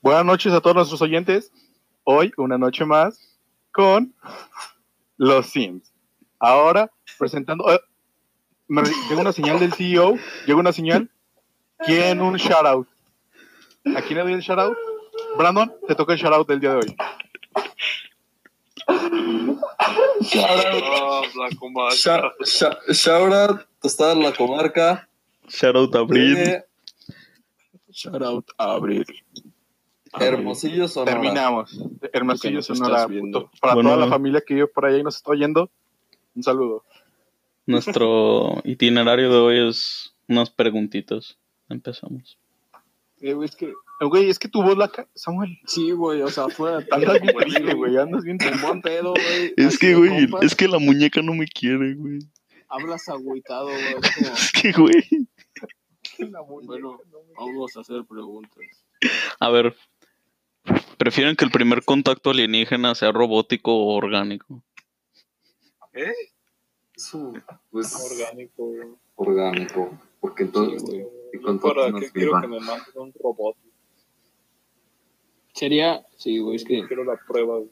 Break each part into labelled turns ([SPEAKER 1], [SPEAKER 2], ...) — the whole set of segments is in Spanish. [SPEAKER 1] Buenas noches a todos nuestros oyentes. Hoy, una noche más con los Sims. Ahora, presentando. eh, me- llega una señal del CEO, llega una señal. ¿Quién un shout out? ¿A quién le doy el shout out? Brandon, te toca el shout out del día de hoy.
[SPEAKER 2] Shout
[SPEAKER 3] Sha- sha- Shout out, tostada en la comarca.
[SPEAKER 4] Shoutout a Brit.
[SPEAKER 3] de
[SPEAKER 2] Shout out a Abril.
[SPEAKER 3] Hermosillo Sonora.
[SPEAKER 1] Terminamos. Hermosillo,
[SPEAKER 2] Porque nos
[SPEAKER 1] Sonora.
[SPEAKER 2] estás viendo.
[SPEAKER 1] puto. Para
[SPEAKER 4] Bueno.
[SPEAKER 1] toda la familia que vive por allá y nos está oyendo, un saludo.
[SPEAKER 4] Nuestro itinerario de hoy es unas preguntitas. Empezamos.
[SPEAKER 2] Eh, güey, es que,
[SPEAKER 1] Eh, Güey, es que tu voz la. ca- Samuel,
[SPEAKER 2] sí, güey, o sea, fuera de
[SPEAKER 1] andas bien
[SPEAKER 2] güey,
[SPEAKER 1] triste, güey. Andas bien
[SPEAKER 2] En
[SPEAKER 1] triste.
[SPEAKER 2] buen pedo, güey.
[SPEAKER 4] Es
[SPEAKER 2] así
[SPEAKER 4] que,
[SPEAKER 2] de
[SPEAKER 4] güey,
[SPEAKER 2] compas,
[SPEAKER 4] es que la muñeca no me quiere, güey.
[SPEAKER 2] Hablas agüitado, güey. es como,
[SPEAKER 4] Es que, güey.
[SPEAKER 2] Bueno, vamos a hacer preguntas.
[SPEAKER 4] A ver, ¿prefieren que el primer contacto alienígena sea robótico o orgánico?
[SPEAKER 3] Su- pues,
[SPEAKER 5] orgánico, güey.
[SPEAKER 3] orgánico. Porque entonces,
[SPEAKER 5] Sí,
[SPEAKER 3] y con todos
[SPEAKER 5] ¿Para
[SPEAKER 3] nos
[SPEAKER 5] qué quiero
[SPEAKER 3] vivan.
[SPEAKER 5] que me manden un robot?
[SPEAKER 2] Sería, sí, güey, es que.
[SPEAKER 5] Quiero la prueba. güey.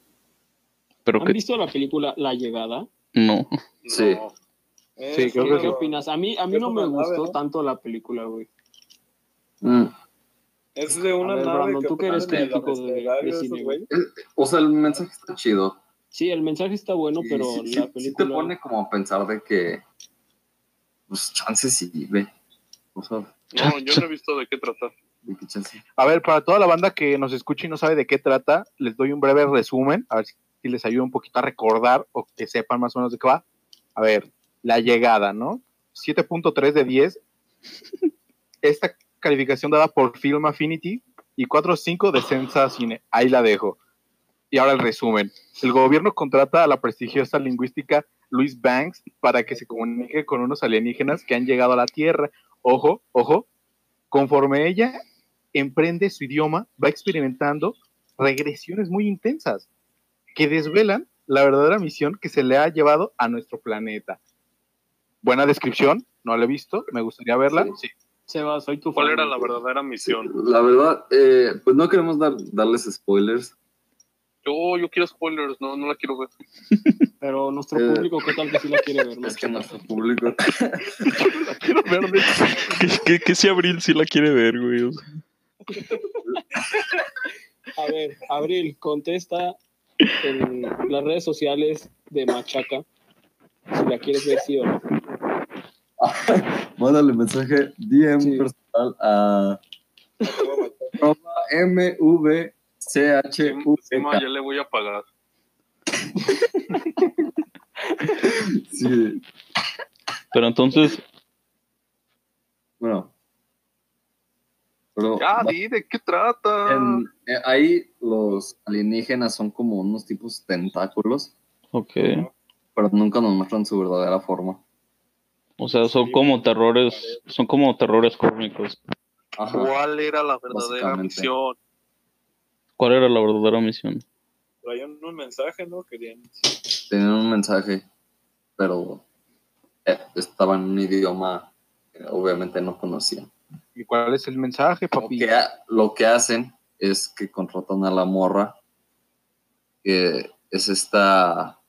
[SPEAKER 4] Pero
[SPEAKER 2] ¿Han
[SPEAKER 4] que
[SPEAKER 2] visto la película La Llegada?
[SPEAKER 4] no.
[SPEAKER 3] Sí.
[SPEAKER 5] No.
[SPEAKER 1] Sí,
[SPEAKER 5] Eh,
[SPEAKER 1] creo
[SPEAKER 2] ¿Qué,
[SPEAKER 1] que
[SPEAKER 2] qué
[SPEAKER 1] sí.
[SPEAKER 2] opinas? A mí, a mí
[SPEAKER 5] Es
[SPEAKER 2] no me
[SPEAKER 5] una nave,
[SPEAKER 2] gustó
[SPEAKER 5] ¿no?
[SPEAKER 2] tanto la película, güey.
[SPEAKER 3] Mm.
[SPEAKER 5] Es de una
[SPEAKER 2] A ver,
[SPEAKER 5] nave
[SPEAKER 2] Brandon, tú
[SPEAKER 5] que
[SPEAKER 2] que eres
[SPEAKER 5] ponen en el
[SPEAKER 2] crítico de-
[SPEAKER 5] abecedario
[SPEAKER 2] de
[SPEAKER 5] esos
[SPEAKER 2] cine,
[SPEAKER 5] güeyes.
[SPEAKER 3] O sea, el mensaje está chido.
[SPEAKER 2] Sí, el mensaje está bueno,
[SPEAKER 3] Y
[SPEAKER 2] pero
[SPEAKER 3] sí, sí-
[SPEAKER 2] la
[SPEAKER 3] sí
[SPEAKER 2] película.
[SPEAKER 3] te pone como a pensar de que. Pues chance sí, ve. O sea,
[SPEAKER 6] No, yo no he visto de qué tratar.
[SPEAKER 3] de que chance.
[SPEAKER 1] A ver, para toda la banda que nos escucha y no sabe de qué trata, les doy un breve resumen, a ver si si les ayuda un poquito a recordar o que sepan más o menos de qué va. A ver, la llegada, ¿no? 7.3 de 10. Esta calificación dada por Film Affinity y 4.5 de Sensa Cine. Ahí la dejo. Y ahora el resumen. El gobierno contrata a la prestigiosa lingüística Louise Banks para que se comunique con unos alienígenas que han llegado a la Tierra. Ojo, ojo. Conforme ella emprende su idioma, va experimentando regresiones muy intensas que desvelan la verdadera misión que se le ha llevado a nuestro planeta. Buena descripción, no la he visto, me gustaría verla. Sí.
[SPEAKER 2] Seba, soy tu
[SPEAKER 6] ¿Cuál
[SPEAKER 2] fan,
[SPEAKER 6] era
[SPEAKER 2] güey.
[SPEAKER 6] la verdadera misión?
[SPEAKER 3] La verdad, eh, pues no queremos dar, darles spoilers.
[SPEAKER 6] Yo, yo quiero spoilers, no, no la quiero ver.
[SPEAKER 2] Pero nuestro
[SPEAKER 3] Eh,
[SPEAKER 2] público, ¿qué tal que sí la quiere ver? no?
[SPEAKER 3] Es que nuestro público.
[SPEAKER 1] Quiero verla.
[SPEAKER 4] Que, que, que si Abril sí la quiere ver, güey. o sea.
[SPEAKER 2] A ver, Abril, contesta en las redes sociales de Machaca. Si la quieres ver, sí o no.
[SPEAKER 3] Mándale mensaje DM
[SPEAKER 2] Sí.
[SPEAKER 3] personal a M V C H U E
[SPEAKER 6] Encima ya le voy a pagar.
[SPEAKER 3] Sí.
[SPEAKER 4] Pero entonces,
[SPEAKER 3] Bueno. Pero
[SPEAKER 1] Ah,
[SPEAKER 6] Ya, di, ¿de qué trata?
[SPEAKER 3] en- eh, ahí los alienígenas son como unos tipos tentáculos,
[SPEAKER 4] ok.
[SPEAKER 3] pero nunca nos muestran su verdadera forma.
[SPEAKER 4] O sea, son como terrores, son como terrores cósmicos.
[SPEAKER 3] Ajá.
[SPEAKER 6] ¿Cuál era la verdadera
[SPEAKER 3] Básicamente.
[SPEAKER 6] misión?
[SPEAKER 4] ¿Cuál era la verdadera misión?
[SPEAKER 5] Traían un mensaje, ¿no? Querían.
[SPEAKER 3] Tienen un mensaje, pero eh, estaba en un idioma que obviamente no conocían.
[SPEAKER 1] ¿Y cuál es el mensaje,
[SPEAKER 3] Lo
[SPEAKER 1] papi?
[SPEAKER 3] que, ha- lo que hacen es que contratan a la morra, que es esta,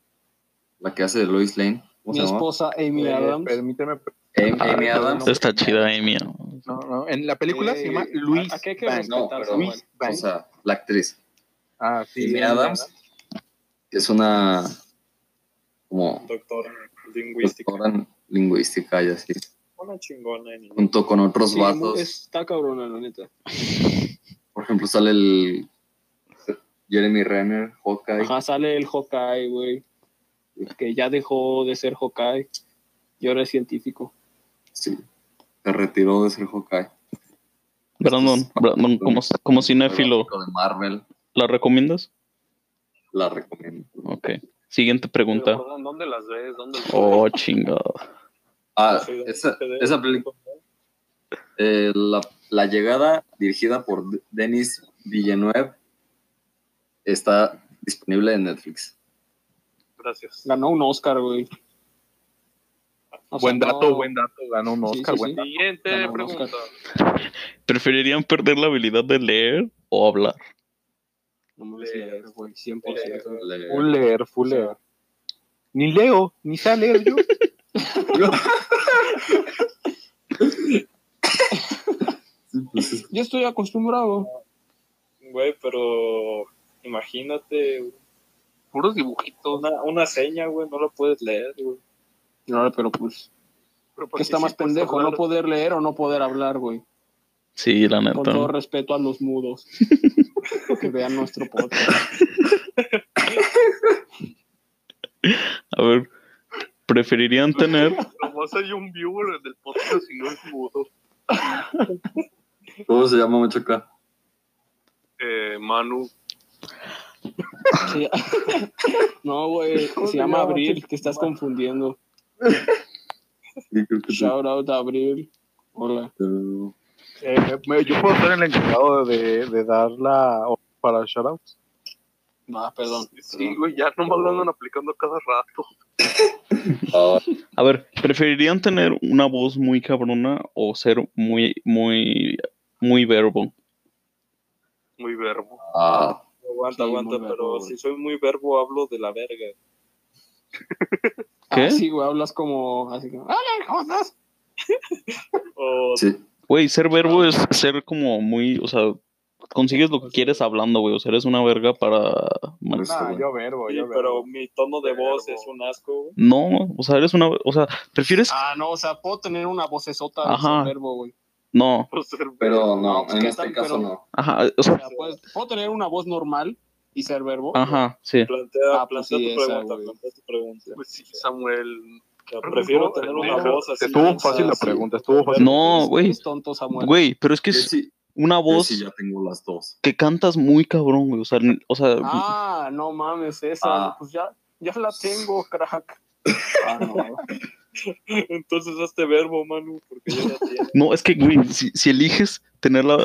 [SPEAKER 3] la que hace de Lois Lane. ¿cómo
[SPEAKER 2] Mi
[SPEAKER 3] se llama?
[SPEAKER 2] esposa Amy
[SPEAKER 1] Eh,
[SPEAKER 2] Adams.
[SPEAKER 1] permíteme.
[SPEAKER 3] Amy,
[SPEAKER 4] Ah,
[SPEAKER 3] Amy Adams.
[SPEAKER 4] Esta está chida, Amy. ¿no?
[SPEAKER 1] No, no, En la película se llama Luis.
[SPEAKER 2] Aquí Eh, hay que
[SPEAKER 1] Banks.
[SPEAKER 3] No,
[SPEAKER 2] respetar,
[SPEAKER 3] pero-
[SPEAKER 2] Samuel.
[SPEAKER 1] Luis
[SPEAKER 3] O
[SPEAKER 1] Banks.
[SPEAKER 3] sea, la actriz.
[SPEAKER 1] Ah, sí.
[SPEAKER 3] Amy Adams es una como
[SPEAKER 5] Doctora lingüística.
[SPEAKER 3] doctora en lingüística y así,
[SPEAKER 5] Una chingona en inglés.
[SPEAKER 3] junto con otros
[SPEAKER 2] Sí,
[SPEAKER 3] vatos.
[SPEAKER 2] está cabrona, la neta.
[SPEAKER 3] Por ejemplo, sale el Jeremy Renner, Hawkeye.
[SPEAKER 2] Ajá, sale el Hawkeye, güey. Que ya dejó de ser Hawkeye. Y ahora es científico.
[SPEAKER 3] Sí, se retiró de ser Hawkeye.
[SPEAKER 4] Brandon, Brandon, como, como cinéfilo,
[SPEAKER 3] Fanático de Marvel,
[SPEAKER 4] ¿la recomiendas?
[SPEAKER 3] la recomiendo.
[SPEAKER 4] Ok. Siguiente
[SPEAKER 6] Pero,
[SPEAKER 4] pregunta.
[SPEAKER 6] perdón, ¿Dónde las ves? ¿Dónde las ves?
[SPEAKER 4] Oh, chingado.
[SPEAKER 3] Ah,
[SPEAKER 5] Sí,
[SPEAKER 3] esa,
[SPEAKER 5] de-
[SPEAKER 3] esa película, eh, la, La llegada, dirigida por D- Denis Villeneuve, está disponible en Netflix.
[SPEAKER 6] Gracias.
[SPEAKER 2] Ganó un Oscar, güey. O sea,
[SPEAKER 1] Buen dato,
[SPEAKER 2] no-
[SPEAKER 1] buen dato. Ganó un
[SPEAKER 2] Sí,
[SPEAKER 1] Oscar.
[SPEAKER 2] sí,
[SPEAKER 1] buen
[SPEAKER 2] sí.
[SPEAKER 1] dato.
[SPEAKER 6] Siguiente
[SPEAKER 2] Ganó un
[SPEAKER 6] pregunta.
[SPEAKER 4] ¿Preferirían perder la habilidad de leer o hablar?
[SPEAKER 2] No mames, leer, güey, 100%.
[SPEAKER 3] Le-
[SPEAKER 1] Fuller, Fuller. Ni leo, ni sé leer yo.
[SPEAKER 3] Sí, pues, es-
[SPEAKER 2] Yo estoy acostumbrado.
[SPEAKER 5] Güey, pero imagínate
[SPEAKER 6] Puros dibujitos.
[SPEAKER 5] una, una seña, güey, no la puedes leer, güey.
[SPEAKER 2] No, pero pues,
[SPEAKER 6] Pero
[SPEAKER 2] ¿qué
[SPEAKER 6] porque
[SPEAKER 2] está
[SPEAKER 6] sí
[SPEAKER 2] más
[SPEAKER 6] puedes
[SPEAKER 2] pendejo?
[SPEAKER 6] hablar.
[SPEAKER 2] No poder leer o no poder hablar, güey.
[SPEAKER 4] Sí, la
[SPEAKER 2] Con
[SPEAKER 4] neta.
[SPEAKER 2] todo respeto a los mudos. que vean nuestro podcast.
[SPEAKER 4] A ver, ¿preferirían tener
[SPEAKER 6] Nomás hay un viewer del podcast y no es mudo.
[SPEAKER 3] ¿Cómo se llama Machaca?
[SPEAKER 6] Eh, Manu.
[SPEAKER 2] Sí. no, güey,
[SPEAKER 5] ¿Cómo
[SPEAKER 2] se
[SPEAKER 5] te
[SPEAKER 2] llama
[SPEAKER 5] llamas?
[SPEAKER 2] Abril, te estás confundiendo.
[SPEAKER 3] Sí, creo que sí.
[SPEAKER 2] Shout out a Abril. Hola.
[SPEAKER 3] Pero-
[SPEAKER 1] Eh, me- yo puedo ser el encargado de, de dar la para shoutouts.
[SPEAKER 2] Ah, perdón.
[SPEAKER 6] Sí, güey, ya nomás lo andan aplicando cada rato.
[SPEAKER 3] Ah,
[SPEAKER 4] A ver, ¿preferirían tener una voz muy cabrona o ser muy, muy, muy verbo?
[SPEAKER 6] Muy verbo.
[SPEAKER 3] ah,
[SPEAKER 5] Aguanta,
[SPEAKER 2] Sí,
[SPEAKER 5] aguanta,
[SPEAKER 2] muy
[SPEAKER 5] pero
[SPEAKER 2] verbo, güey.
[SPEAKER 5] si soy muy verbo, hablo de la verga.
[SPEAKER 4] ¿Qué?
[SPEAKER 2] Ah, sí, güey, hablas como así como, "Hola, ¿cómo estás?"
[SPEAKER 5] O
[SPEAKER 3] sí.
[SPEAKER 4] Güey, ser verbo es ser como muy, o sea, consigues lo que quieres hablando, güey. O sea, eres una verga para... man-
[SPEAKER 3] Pues,
[SPEAKER 2] Ah,
[SPEAKER 3] güey.
[SPEAKER 1] verbo,
[SPEAKER 5] sí, pero mi tono de voz es un asco, güey.
[SPEAKER 4] No, o sea, eres una... O sea, prefieres...
[SPEAKER 2] Ah, no, o sea, puedo tener una vocesota de
[SPEAKER 4] Ajá.
[SPEAKER 2] ese verbo, güey.
[SPEAKER 4] No,
[SPEAKER 6] Por ser
[SPEAKER 3] Pero no,
[SPEAKER 2] pues,
[SPEAKER 3] en
[SPEAKER 2] ¿qué
[SPEAKER 3] este
[SPEAKER 2] tal?
[SPEAKER 3] caso
[SPEAKER 2] Pero-
[SPEAKER 3] no.
[SPEAKER 4] ajá, o
[SPEAKER 2] O
[SPEAKER 4] sea,
[SPEAKER 2] sea, puedes- puedo tener una voz normal y ser verbo.
[SPEAKER 4] ajá, sí.
[SPEAKER 5] Plantea,
[SPEAKER 2] Ah, pues
[SPEAKER 5] plantea
[SPEAKER 2] sí,
[SPEAKER 5] tu
[SPEAKER 2] esa,
[SPEAKER 5] pregunta,
[SPEAKER 2] güey.
[SPEAKER 5] plantea tu pregunta.
[SPEAKER 6] Pues sí, Samuel.
[SPEAKER 5] O sea, prefiero tener una
[SPEAKER 6] Pero-
[SPEAKER 5] voz así.
[SPEAKER 1] Estuvo
[SPEAKER 5] bien
[SPEAKER 1] fácil la
[SPEAKER 5] sassy.
[SPEAKER 1] pregunta, estuvo fácil.
[SPEAKER 4] No,
[SPEAKER 2] Eres-
[SPEAKER 4] güey.
[SPEAKER 2] eres tonto, Samuel.
[SPEAKER 4] Güey, pero es que
[SPEAKER 3] Yo
[SPEAKER 4] es
[SPEAKER 3] sí,
[SPEAKER 4] una
[SPEAKER 3] yo
[SPEAKER 4] voz
[SPEAKER 3] sí ya tengo las dos.
[SPEAKER 4] que cantas muy cabrón, güey. O sea, n- o sea
[SPEAKER 2] Ah, no mames, esa.
[SPEAKER 3] Ah.
[SPEAKER 2] Pues ya, ya la tengo, crack. Ah, no.
[SPEAKER 5] Entonces hazte verbo, Manu, porque ya la tienes.
[SPEAKER 4] no, es que, güey, si, si eliges tener la...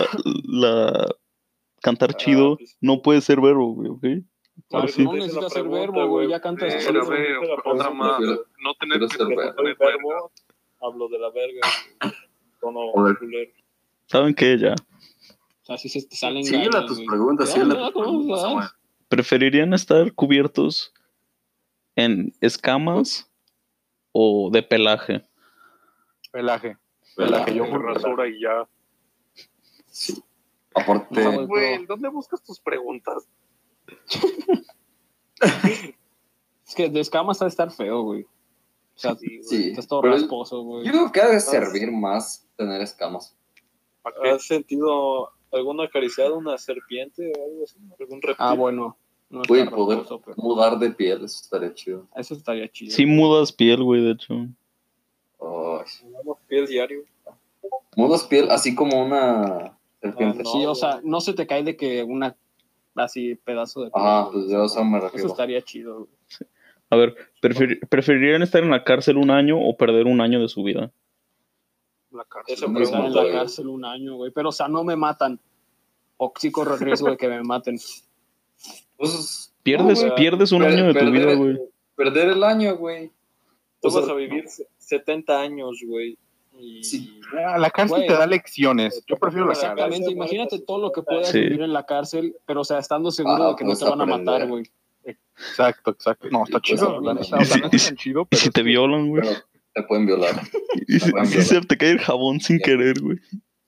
[SPEAKER 4] la cantar
[SPEAKER 5] Ah,
[SPEAKER 4] chido,
[SPEAKER 5] pues-
[SPEAKER 4] no puedes ser verbo, güey, ¿ok?
[SPEAKER 2] Claro,
[SPEAKER 4] sí.
[SPEAKER 2] Pues No necesitas ser verbo, güey. Ya cantas
[SPEAKER 6] Pero,
[SPEAKER 2] chido.
[SPEAKER 6] a ver, otra más. No tener
[SPEAKER 3] Quiero
[SPEAKER 6] que
[SPEAKER 3] ser verbo.
[SPEAKER 5] Soy
[SPEAKER 6] responder verga.
[SPEAKER 5] verbo, hablo de la verga. güey. Tono
[SPEAKER 3] Joder.
[SPEAKER 5] culero.
[SPEAKER 4] ¿Saben qué? Ya.
[SPEAKER 2] O sea, si se te salen
[SPEAKER 3] Síguela
[SPEAKER 2] ganas,
[SPEAKER 3] tus
[SPEAKER 2] güey.
[SPEAKER 3] preguntas,
[SPEAKER 2] Ya,
[SPEAKER 3] síguela
[SPEAKER 2] ya,
[SPEAKER 3] tus
[SPEAKER 2] ¿cómo
[SPEAKER 3] preguntas,
[SPEAKER 2] vas?
[SPEAKER 3] Samuel.
[SPEAKER 4] ¿Preferirían estar cubiertos en escamas o de pelaje?
[SPEAKER 1] Pelaje.
[SPEAKER 3] ¿Verdad?
[SPEAKER 1] Pelaje, yo
[SPEAKER 6] Con
[SPEAKER 1] por
[SPEAKER 6] rasura y ya.
[SPEAKER 3] Sí. Aparte,
[SPEAKER 2] Samuel.
[SPEAKER 6] Güey, ¿dónde buscas tus preguntas?
[SPEAKER 2] Es que de escamas ha de estar feo, güey. O sea,
[SPEAKER 3] sí.
[SPEAKER 2] estás todo
[SPEAKER 3] pero
[SPEAKER 2] rasposo, güey.
[SPEAKER 3] Yo creo que ha de servir más tener escamas.
[SPEAKER 6] ¿Para qué?
[SPEAKER 5] ¿Has sentido alguna acariciado una serpiente o algo así? ¿Algún reptil?
[SPEAKER 2] Ah, bueno. No está
[SPEAKER 3] Güey, poder
[SPEAKER 2] rasposo, pero
[SPEAKER 3] mudar de piel, eso estaría chido.
[SPEAKER 2] Eso estaría chido.
[SPEAKER 4] Sí mudas piel, güey, de hecho.
[SPEAKER 3] Ay,
[SPEAKER 5] Tenemos piel diario.
[SPEAKER 3] mudas piel, así como una serpiente.
[SPEAKER 5] no.
[SPEAKER 2] Sí, o sea, no se te cae de que una así pedazo de
[SPEAKER 3] Ah,
[SPEAKER 2] piel,
[SPEAKER 3] pues
[SPEAKER 2] güey.
[SPEAKER 3] yo a eso me
[SPEAKER 2] Eso
[SPEAKER 3] refiero.
[SPEAKER 2] estaría chido. güey.
[SPEAKER 4] A ver, prefer-
[SPEAKER 3] Ah.
[SPEAKER 4] ¿preferirían estar en la cárcel un año o perder un año de su vida?
[SPEAKER 6] La cárcel.
[SPEAKER 5] Esa
[SPEAKER 3] Muy
[SPEAKER 5] pregunta,
[SPEAKER 2] Estar en la
[SPEAKER 3] bueno.
[SPEAKER 5] güey.
[SPEAKER 2] cárcel un año, güey. Pero, o sea, no me matan. O sí corro el riesgo de que me maten.
[SPEAKER 3] Pues,
[SPEAKER 4] Pierdes,
[SPEAKER 3] no, güey.
[SPEAKER 4] pierdes un
[SPEAKER 3] Per-
[SPEAKER 4] año de tu
[SPEAKER 3] perder-
[SPEAKER 4] vida, güey.
[SPEAKER 3] Perder el año, güey.
[SPEAKER 5] Tú
[SPEAKER 3] O sea,
[SPEAKER 5] vas a vivir se- 70 años, güey. Y...
[SPEAKER 3] Sí.
[SPEAKER 1] Ah, La cárcel
[SPEAKER 2] Güey.
[SPEAKER 1] te da lecciones. Yo prefiero la cárcel.
[SPEAKER 2] Exactamente, imagínate todo lo que puedas
[SPEAKER 4] Sí.
[SPEAKER 2] vivir en la cárcel, pero, o sea, estando seguro
[SPEAKER 3] Ah,
[SPEAKER 2] de que no
[SPEAKER 3] pues,
[SPEAKER 2] te van a matar,
[SPEAKER 3] aprender.
[SPEAKER 2] güey.
[SPEAKER 1] Exacto, exacto. No, está chido. La neta,
[SPEAKER 4] Y si-
[SPEAKER 1] la neta está chido,
[SPEAKER 4] Y
[SPEAKER 1] pero
[SPEAKER 4] si te violan, güey.
[SPEAKER 3] pues, Pero te pueden violar.
[SPEAKER 4] Y si,
[SPEAKER 3] Ah,
[SPEAKER 4] y si se te cae el jabón sin querer, güey.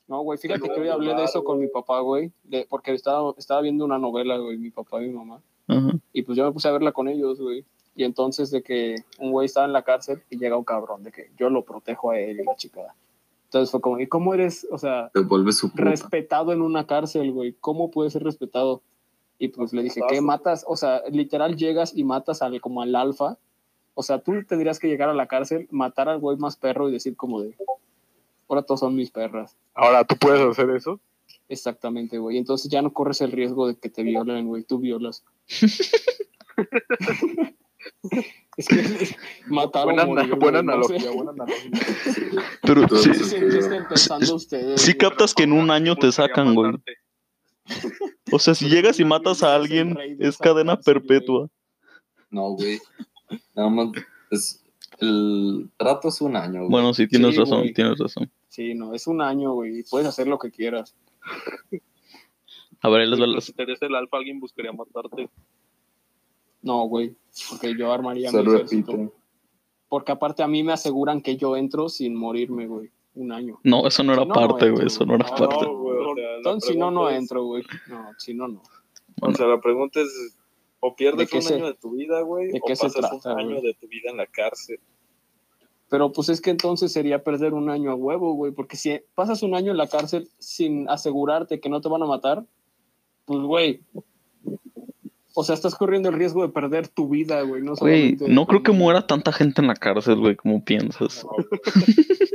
[SPEAKER 2] No, güey, fíjate
[SPEAKER 5] Pero,
[SPEAKER 2] que hoy hablé de eso
[SPEAKER 5] claro,
[SPEAKER 2] con mi
[SPEAKER 5] güey.
[SPEAKER 2] papá, güey, de- porque estaba, estaba viendo una novela, güey, mi papá y mi mamá.
[SPEAKER 4] Ajá.
[SPEAKER 2] Y pues yo me puse a verla con ellos, güey. Y entonces de que un güey estaba en la cárcel y llega un cabrón, de que yo lo protejo a él y la chica. Entonces fue como, ¿y cómo eres, o sea,
[SPEAKER 3] Te vuelve su puta.
[SPEAKER 2] respetado en una cárcel, güey? ¿Cómo puedes ser respetado? Y pues le dije, ¿qué matas? O sea, literal llegas y matas al, como al alfa. O sea, tú tendrías que llegar a la cárcel, matar al güey más perro y decir como de, ahora todos son mis perras.
[SPEAKER 1] ahora tú puedes hacer eso.
[SPEAKER 2] Exactamente, güey. Entonces ya no corres el riesgo de que te violen, güey. Tú violas. es que matar
[SPEAKER 1] Buena,
[SPEAKER 2] o morir,
[SPEAKER 1] ana-
[SPEAKER 2] güey,
[SPEAKER 1] buena
[SPEAKER 2] no
[SPEAKER 1] analogía,
[SPEAKER 2] sé.
[SPEAKER 1] buena analogía.
[SPEAKER 4] Pero
[SPEAKER 3] Tú
[SPEAKER 4] sí,
[SPEAKER 2] Sí, sí, sí, están pensando ustedes,
[SPEAKER 4] sí
[SPEAKER 2] güey.
[SPEAKER 4] captas que en un año te sacan, güey.
[SPEAKER 6] Matarte.
[SPEAKER 4] O sea, si
[SPEAKER 2] Pero
[SPEAKER 4] llegas y
[SPEAKER 2] un año
[SPEAKER 4] matas
[SPEAKER 2] eres
[SPEAKER 4] a
[SPEAKER 2] el
[SPEAKER 4] alguien,
[SPEAKER 2] rey de
[SPEAKER 4] es
[SPEAKER 2] esa
[SPEAKER 4] cadena
[SPEAKER 2] cárcel, güey.
[SPEAKER 4] perpetua.
[SPEAKER 3] No, güey. Nada más. es- el trato es un año, güey.
[SPEAKER 4] Bueno, sí, tienes
[SPEAKER 2] Sí,
[SPEAKER 4] razón,
[SPEAKER 2] güey.
[SPEAKER 4] tienes razón.
[SPEAKER 2] Sí, pues, no, es un año, güey. y Puedes hacer lo que quieras.
[SPEAKER 4] A ver, ahí les va
[SPEAKER 5] Pero
[SPEAKER 4] las-
[SPEAKER 5] Si te eres el alfa, alguien buscaría matarte.
[SPEAKER 2] No, güey, porque yo armaría
[SPEAKER 3] Se
[SPEAKER 2] mi ejército.
[SPEAKER 3] repite.
[SPEAKER 2] Porque aparte a mí me aseguran que yo entro sin morirme, güey, un año.
[SPEAKER 4] No, eso no era
[SPEAKER 2] No,
[SPEAKER 4] parte, güey.
[SPEAKER 2] entro,
[SPEAKER 4] Eso no era
[SPEAKER 2] no,
[SPEAKER 4] parte.
[SPEAKER 2] no.
[SPEAKER 5] o sea, la
[SPEAKER 2] Entonces, si no, no
[SPEAKER 5] pregunta es-
[SPEAKER 2] entro, güey. No, si no, no.
[SPEAKER 5] O sea, la pregunta es: o
[SPEAKER 2] ¿De
[SPEAKER 5] pierdes
[SPEAKER 2] qué
[SPEAKER 5] un
[SPEAKER 2] se-
[SPEAKER 5] año de tu vida, güey,
[SPEAKER 2] de
[SPEAKER 5] o
[SPEAKER 2] qué se
[SPEAKER 5] pasas
[SPEAKER 2] trata,
[SPEAKER 5] un año
[SPEAKER 2] güey?
[SPEAKER 5] de tu vida en la cárcel.
[SPEAKER 2] Pero pues es que entonces sería perder un año a huevo, güey, porque si pasas un año en la cárcel sin asegurarte que no te van a matar, pues, güey. O sea, estás corriendo el riesgo de perder tu vida, güey. No,
[SPEAKER 4] Güey,
[SPEAKER 2] solamente-
[SPEAKER 4] no creo que muera tanta gente en la cárcel, güey, como piensas.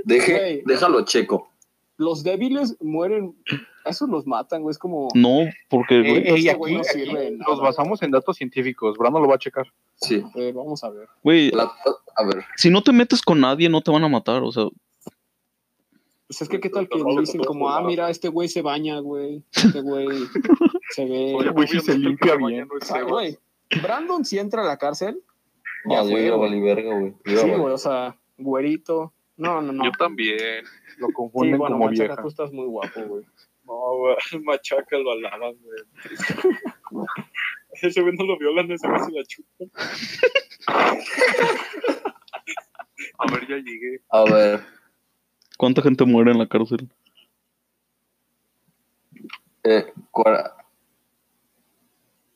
[SPEAKER 3] Deje,
[SPEAKER 2] Güey.
[SPEAKER 3] déjalo checo.
[SPEAKER 2] Los débiles mueren, a esos los matan, güey. Es como.
[SPEAKER 4] No, porque,
[SPEAKER 1] Ey,
[SPEAKER 4] güey,
[SPEAKER 2] Este
[SPEAKER 1] ey, aquí,
[SPEAKER 2] güey no
[SPEAKER 1] aquí
[SPEAKER 2] sirve de nada.
[SPEAKER 1] nos basamos en datos científicos. Brando lo va a checar.
[SPEAKER 3] Sí.
[SPEAKER 2] eh, vamos a ver.
[SPEAKER 4] güey,
[SPEAKER 3] La- a ver,
[SPEAKER 4] si no te metes con nadie, no te van a matar. O sea,
[SPEAKER 2] Pues es que, ¿qué tal que
[SPEAKER 5] Los roles
[SPEAKER 2] dicen
[SPEAKER 5] son
[SPEAKER 2] como,
[SPEAKER 5] todos
[SPEAKER 2] ah,
[SPEAKER 5] volados.
[SPEAKER 2] mira, este güey se baña, güey. Este güey se
[SPEAKER 1] Oye,
[SPEAKER 2] ve.
[SPEAKER 1] güey, si se limpia bien.
[SPEAKER 6] No es
[SPEAKER 2] Ah,
[SPEAKER 6] cebo.
[SPEAKER 2] Güey, Brandon si entra a la cárcel.
[SPEAKER 3] ya,
[SPEAKER 2] Ya
[SPEAKER 3] yo
[SPEAKER 2] fue,
[SPEAKER 3] iba a
[SPEAKER 2] güey.
[SPEAKER 3] valer verga, güey. Yo iba a
[SPEAKER 2] Sí,
[SPEAKER 3] valer-
[SPEAKER 2] güey, o sea, güerito. No, no, no.
[SPEAKER 6] Yo también.
[SPEAKER 1] Lo
[SPEAKER 2] Sí,
[SPEAKER 1] confunden
[SPEAKER 2] bueno,
[SPEAKER 1] como
[SPEAKER 2] Machaca,
[SPEAKER 1] vieja.
[SPEAKER 2] tú estás muy guapo, güey.
[SPEAKER 5] No, güey, machaca lo alaban, güey. Ese güey no lo violan, ese güey se la chupa.
[SPEAKER 6] A ver, ya llegué.
[SPEAKER 3] A ver,
[SPEAKER 4] ¿cuánta gente muere en la cárcel?
[SPEAKER 3] eh, cua-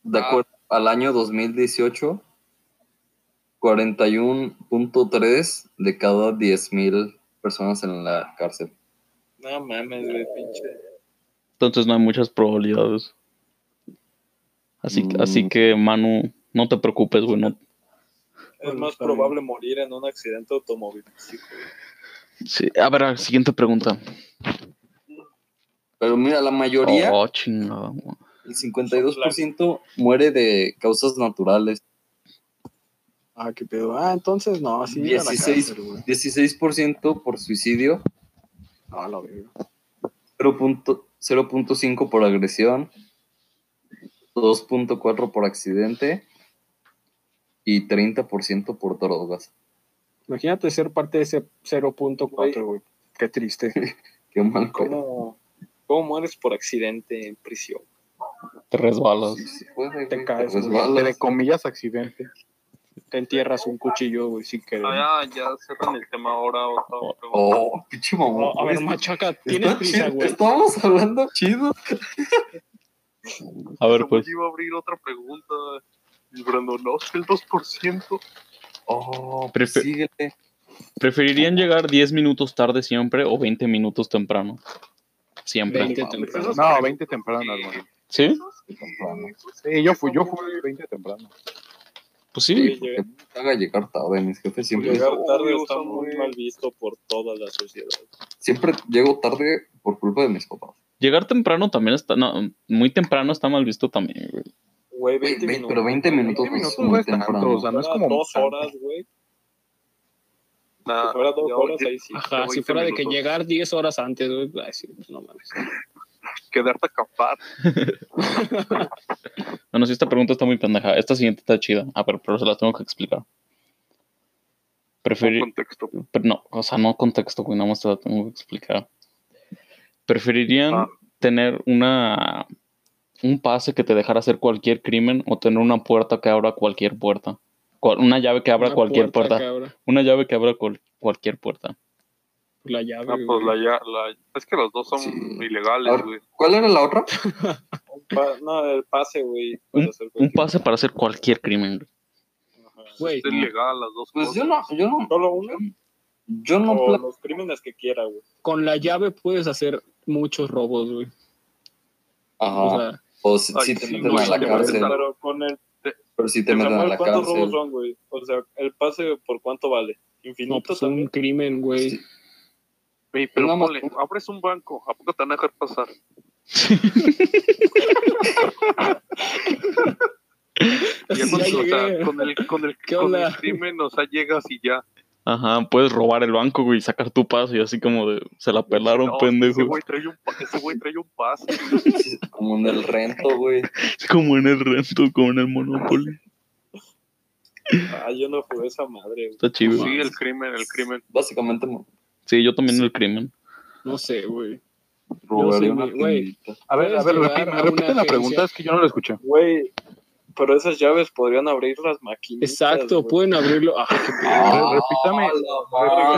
[SPEAKER 3] de
[SPEAKER 6] Ah.
[SPEAKER 3] acuerdo al año 2018, 41.3 de cada 10.000 personas en la cárcel.
[SPEAKER 5] No mames, güey, pinche.
[SPEAKER 4] Entonces no hay muchas probabilidades. Así,
[SPEAKER 3] Mm.
[SPEAKER 4] así que, Manu, no te preocupes, güey. No,
[SPEAKER 5] Es
[SPEAKER 2] Bueno,
[SPEAKER 5] más
[SPEAKER 2] está
[SPEAKER 5] probable morir en un accidente automovilístico.
[SPEAKER 4] Sí, A ver, a- siguiente pregunta.
[SPEAKER 3] Pero mira, la mayoría,
[SPEAKER 4] Oh, chingada, güey.
[SPEAKER 3] el 52% muere de causas naturales.
[SPEAKER 2] Ah, qué pedo. Ah, entonces no, así. a la
[SPEAKER 3] 16.
[SPEAKER 2] cárcel, güey.
[SPEAKER 3] 16% por suicidio,
[SPEAKER 2] No, Ah, la verga.
[SPEAKER 3] 0.0 0.5 por agresión, 2.4 por accidente y 30% por drogas.
[SPEAKER 2] Imagínate ser parte de ese 0.4, güey. Qué triste.
[SPEAKER 3] Qué mal pedo.
[SPEAKER 5] ¿Cómo, cómo mueres por accidente en prisión?
[SPEAKER 4] Te resbalas.
[SPEAKER 3] Sí, sí, güey, güey,
[SPEAKER 2] Te caes, güey.
[SPEAKER 3] resbalas.
[SPEAKER 1] Entre comillas, accidente.
[SPEAKER 2] Te entierras un cuchillo, güey, sin querer.
[SPEAKER 6] Ah, ya cerran el tema ahora. Otra pregunta.
[SPEAKER 3] Oh, pinche mamón.
[SPEAKER 2] No, a ver, machaca, tienes
[SPEAKER 3] Está
[SPEAKER 2] prisa,
[SPEAKER 3] chido,
[SPEAKER 2] güey.
[SPEAKER 3] Estábamos hablando chido.
[SPEAKER 4] A ver, pues.
[SPEAKER 6] Yo iba a abrir otra pregunta. Y Brando, no, es el 2%.
[SPEAKER 3] Oh,
[SPEAKER 4] Prefe-
[SPEAKER 3] síguele.
[SPEAKER 4] ¿Preferirían llegar 10 minutos tarde siempre o 20 minutos temprano? Siempre.
[SPEAKER 2] 20 temprano.
[SPEAKER 1] No, 20 temprano, hermano.
[SPEAKER 4] ¿Sí?
[SPEAKER 3] Temprano.
[SPEAKER 1] Sí, yo fui, yo fui 20 temprano.
[SPEAKER 4] Pues
[SPEAKER 3] Sí,
[SPEAKER 4] sí.
[SPEAKER 3] porque me caga llegar tarde. Mis jefes
[SPEAKER 1] pues,
[SPEAKER 3] siempre,
[SPEAKER 5] Llegar
[SPEAKER 6] Eso,
[SPEAKER 5] tarde
[SPEAKER 6] obvio,
[SPEAKER 5] está
[SPEAKER 6] está
[SPEAKER 5] muy
[SPEAKER 6] muy-
[SPEAKER 5] mal visto por toda la sociedad.
[SPEAKER 3] siempre llego tarde por culpa de mis papás.
[SPEAKER 4] Llegar temprano también está. No, muy temprano está mal visto también, güey.
[SPEAKER 3] Güey,
[SPEAKER 5] Güey, 20
[SPEAKER 3] ve-
[SPEAKER 5] minutos.
[SPEAKER 3] pero 20 minutos,
[SPEAKER 1] 20 minutos
[SPEAKER 3] es
[SPEAKER 1] no
[SPEAKER 3] muy
[SPEAKER 1] es tanto,
[SPEAKER 3] temprano.
[SPEAKER 1] o sea, no es
[SPEAKER 5] Fuera
[SPEAKER 1] como...
[SPEAKER 5] dos horas, güey.
[SPEAKER 6] Nah, Ah,
[SPEAKER 5] Si fuera dos
[SPEAKER 6] yo-
[SPEAKER 5] horas,
[SPEAKER 6] yo-
[SPEAKER 5] ahí sí.
[SPEAKER 2] Ajá, si
[SPEAKER 6] 20
[SPEAKER 2] fuera de que
[SPEAKER 6] minutos.
[SPEAKER 2] llegar 10 horas antes, güey, ay, sí, pues no mames.
[SPEAKER 6] Quedarte a acampar.
[SPEAKER 4] Bueno, sí, esta pregunta está muy pendeja. Esta siguiente está chida. A ver, pero se las tengo que explicar.
[SPEAKER 6] Con
[SPEAKER 4] Preferir.
[SPEAKER 6] contexto.
[SPEAKER 4] Pero no, o sea, no contexto, güey, nada más te la tengo que explicar. ¿Preferirían
[SPEAKER 6] Ah.
[SPEAKER 4] tener una un pase que te dejara hacer cualquier crimen o tener una puerta que abra cualquier puerta? Cual- una llave que abra
[SPEAKER 2] Una
[SPEAKER 4] cualquier puerta.
[SPEAKER 2] cabra.
[SPEAKER 4] Una llave que abra cual- cualquier puerta.
[SPEAKER 2] La llave.
[SPEAKER 6] Ah, pues
[SPEAKER 2] güey.
[SPEAKER 6] la, ya- la- es que los dos son
[SPEAKER 3] Sí.
[SPEAKER 6] ilegales,
[SPEAKER 3] Ahora-
[SPEAKER 6] güey.
[SPEAKER 3] ¿Cuál era la otra?
[SPEAKER 5] Pa- no, el pase, güey. para hacer
[SPEAKER 4] Un
[SPEAKER 5] cualquier-
[SPEAKER 4] pase para hacer cualquier crimen. güey.
[SPEAKER 5] Ajá.
[SPEAKER 2] Güey,
[SPEAKER 6] Es ilegal las dos
[SPEAKER 3] Pues
[SPEAKER 6] cosas.
[SPEAKER 3] yo no, yo no,
[SPEAKER 5] Solo uno.
[SPEAKER 3] yo no
[SPEAKER 5] O
[SPEAKER 3] pla-
[SPEAKER 5] los crímenes que quiera, güey.
[SPEAKER 2] con la llave puedes hacer muchos robos, güey.
[SPEAKER 3] Ajá.
[SPEAKER 4] Ah.
[SPEAKER 2] O sea,
[SPEAKER 3] O si,
[SPEAKER 6] Ay,
[SPEAKER 3] si te
[SPEAKER 6] sí,
[SPEAKER 3] meten
[SPEAKER 6] güey,
[SPEAKER 3] a la
[SPEAKER 6] te
[SPEAKER 3] cárcel.
[SPEAKER 6] meten
[SPEAKER 5] Pero con el.
[SPEAKER 3] Pero si te
[SPEAKER 5] o sea,
[SPEAKER 3] meten a la
[SPEAKER 5] ¿Cuántos robos
[SPEAKER 3] cárcel.
[SPEAKER 5] son, güey? O sea, el pase, ¿por cuánto vale?
[SPEAKER 2] no,
[SPEAKER 5] Infinito
[SPEAKER 2] pues un
[SPEAKER 5] también.
[SPEAKER 2] crimen, güey.
[SPEAKER 3] Sí.
[SPEAKER 6] Güey, pero
[SPEAKER 3] Nada más
[SPEAKER 6] ponle, abres un banco, ¿a poco te van a dejar pasar? Y ya
[SPEAKER 2] Sí,
[SPEAKER 6] con,
[SPEAKER 2] ya
[SPEAKER 6] o sea,
[SPEAKER 2] llegué.
[SPEAKER 6] con el, con el,
[SPEAKER 2] ¿Qué
[SPEAKER 6] con
[SPEAKER 2] onda?
[SPEAKER 6] el crimen, o sea, llegas y ya.
[SPEAKER 4] Ajá, puedes robar el banco, güey, y sacar tu pase y así como de se la pelaron,
[SPEAKER 6] No,
[SPEAKER 4] pendejo.
[SPEAKER 6] Ese güey trae un, pa- ese güey trae un pase.
[SPEAKER 3] Sí, Como en el rento, güey.
[SPEAKER 4] Como en el rento, como en el Monopoly.
[SPEAKER 5] Ah, yo no jugué esa madre, güey.
[SPEAKER 4] Está chido.
[SPEAKER 6] Sí, el crimen, el crimen.
[SPEAKER 3] Básicamente, mo-
[SPEAKER 4] Sí, yo también el crimen.
[SPEAKER 2] No sé, güey.
[SPEAKER 3] Robaré
[SPEAKER 2] sí,
[SPEAKER 3] una
[SPEAKER 2] güey, güey.
[SPEAKER 3] tiendita.
[SPEAKER 1] A ver, a
[SPEAKER 2] Puedes
[SPEAKER 1] ver,
[SPEAKER 2] llegar
[SPEAKER 1] repite,
[SPEAKER 2] a
[SPEAKER 1] me
[SPEAKER 2] una
[SPEAKER 1] repite la
[SPEAKER 2] agencia.
[SPEAKER 1] pregunta, es que yo no la escuché.
[SPEAKER 5] Güey, pero esas llaves podrían abrir las maquinitas.
[SPEAKER 2] Exacto,
[SPEAKER 5] güey.
[SPEAKER 2] pueden abrirlo. Ah, qué pedo.
[SPEAKER 1] Ah, repítame,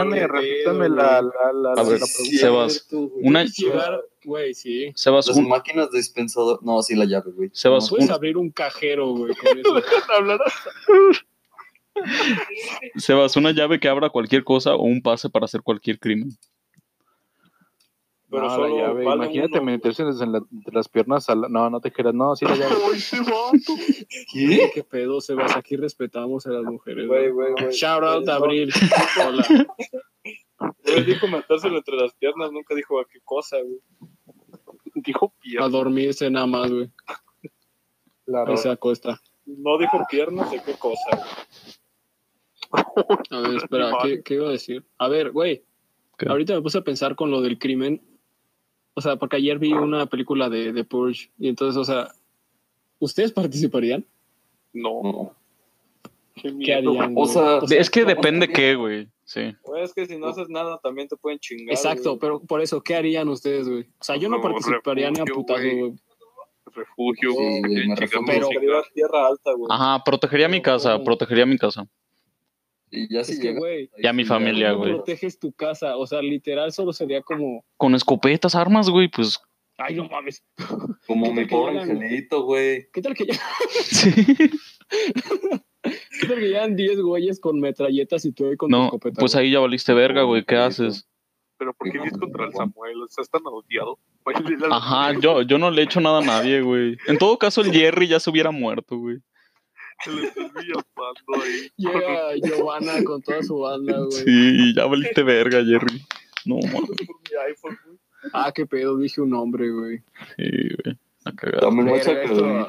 [SPEAKER 5] madre,
[SPEAKER 1] repítame, repítame la, la, la,
[SPEAKER 4] A
[SPEAKER 1] la
[SPEAKER 4] ver,
[SPEAKER 1] pregunta.
[SPEAKER 4] Sebas, una,
[SPEAKER 2] Puedes llegar, güey, sí.
[SPEAKER 4] Sebas,
[SPEAKER 3] Las
[SPEAKER 4] un-
[SPEAKER 3] máquinas dispensador. No, sí, la llave, güey.
[SPEAKER 4] Sebas,
[SPEAKER 2] Puedes
[SPEAKER 4] un-
[SPEAKER 2] abrir un cajero, güey, con eso.
[SPEAKER 6] Hablar
[SPEAKER 4] Sebas, una llave que abra cualquier cosa o un pase para hacer cualquier crimen.
[SPEAKER 5] Pero
[SPEAKER 1] No, la
[SPEAKER 5] solo
[SPEAKER 1] llave,
[SPEAKER 5] vale
[SPEAKER 1] Imagínate
[SPEAKER 5] uno, güey.
[SPEAKER 1] meterse en la- entre las piernas. a la- no, no te creas. No, sí la llave.
[SPEAKER 6] hoy se va.
[SPEAKER 2] ¿Qué? ¿Qué pedo, Sebas? Aquí respetamos a las mujeres,
[SPEAKER 5] Güey,
[SPEAKER 2] güey.
[SPEAKER 5] güey, güey.
[SPEAKER 2] Shout out
[SPEAKER 5] Güey,
[SPEAKER 2] a
[SPEAKER 5] no,
[SPEAKER 2] Abril. Hola.
[SPEAKER 5] Güey, dijo metérselo entre las piernas, nunca dijo a qué cosa, güey.
[SPEAKER 6] Dijo
[SPEAKER 2] A
[SPEAKER 6] pierna.
[SPEAKER 2] dormirse nada más, güey.
[SPEAKER 1] Claro.
[SPEAKER 2] Ahí se acuesta.
[SPEAKER 5] No dijo piernas de qué cosa, güey.
[SPEAKER 2] A ver, espera, ¿qué, qué iba a decir? A ver, güey.
[SPEAKER 4] ¿Qué?
[SPEAKER 2] Ahorita me puse a pensar con lo del crimen. O sea, porque ayer vi una película de, de Purge. Y entonces, o sea, ¿ustedes participarían?
[SPEAKER 6] No,
[SPEAKER 3] No.
[SPEAKER 6] qué
[SPEAKER 2] ¿Qué
[SPEAKER 6] miedo.
[SPEAKER 2] harían?
[SPEAKER 3] O sea,
[SPEAKER 2] güey?
[SPEAKER 4] Es que
[SPEAKER 3] capaz
[SPEAKER 4] depende
[SPEAKER 3] también-
[SPEAKER 4] qué, güey. Sí.
[SPEAKER 5] Güey, es que si no haces nada también te pueden chingar.
[SPEAKER 2] Exacto,
[SPEAKER 5] güey.
[SPEAKER 2] pero por eso, ¿qué harían ustedes, güey? O sea, yo no
[SPEAKER 6] No,
[SPEAKER 2] participaría ni a
[SPEAKER 6] refugio,
[SPEAKER 2] putazo,
[SPEAKER 6] güey.
[SPEAKER 2] güey.
[SPEAKER 6] Refugio,
[SPEAKER 3] Sí, güey,
[SPEAKER 6] porque
[SPEAKER 3] me
[SPEAKER 6] chicas
[SPEAKER 3] refugio.
[SPEAKER 5] Pero
[SPEAKER 2] Pero-
[SPEAKER 5] salir a tierra alta, güey.
[SPEAKER 4] Ajá, protegería mi casa, protegería mi casa.
[SPEAKER 3] Y ya si
[SPEAKER 2] Es que,
[SPEAKER 3] llega.
[SPEAKER 2] güey,
[SPEAKER 4] Y a mi familia,
[SPEAKER 2] ¿cómo
[SPEAKER 4] güey.
[SPEAKER 2] proteges tu casa? O sea, literal, solo sería como.
[SPEAKER 4] Con escopetas, armas, güey, pues.
[SPEAKER 2] Ay, no mames.
[SPEAKER 3] Como
[SPEAKER 2] ¿Qué
[SPEAKER 3] mi
[SPEAKER 2] tal que
[SPEAKER 3] pobre
[SPEAKER 2] llegan?
[SPEAKER 3] angelito, güey.
[SPEAKER 2] ¿Qué tal que ya,
[SPEAKER 4] Sí.
[SPEAKER 2] qué tal que llegan 10 güeyes con metralletas y tú ahí con tu
[SPEAKER 4] No,
[SPEAKER 2] escopeta?
[SPEAKER 4] pues
[SPEAKER 2] güey?
[SPEAKER 4] ahí ya valiste verga, güey. ¿Qué haces?
[SPEAKER 6] Pero ¿por qué
[SPEAKER 3] No,
[SPEAKER 6] dices contra el
[SPEAKER 3] no.
[SPEAKER 6] Samuel? O sea, es tan odiado. Güey, la-
[SPEAKER 4] Ajá, yo, yo no le he hecho nada a nadie, güey. En todo caso, el Jerry ya se hubiera muerto, güey.
[SPEAKER 6] Se le estoy llamando ahí.
[SPEAKER 2] Llega Giovanna con toda su banda, güey.
[SPEAKER 4] Sí, ya valiste verga, Jerry. No, mames.
[SPEAKER 6] Por mi iPhone, güey.
[SPEAKER 2] Ah, qué pedo, dije un nombre, güey.
[SPEAKER 4] Sí, güey. La cagada.
[SPEAKER 3] También me
[SPEAKER 2] Verga,
[SPEAKER 3] echa
[SPEAKER 2] esto-
[SPEAKER 3] que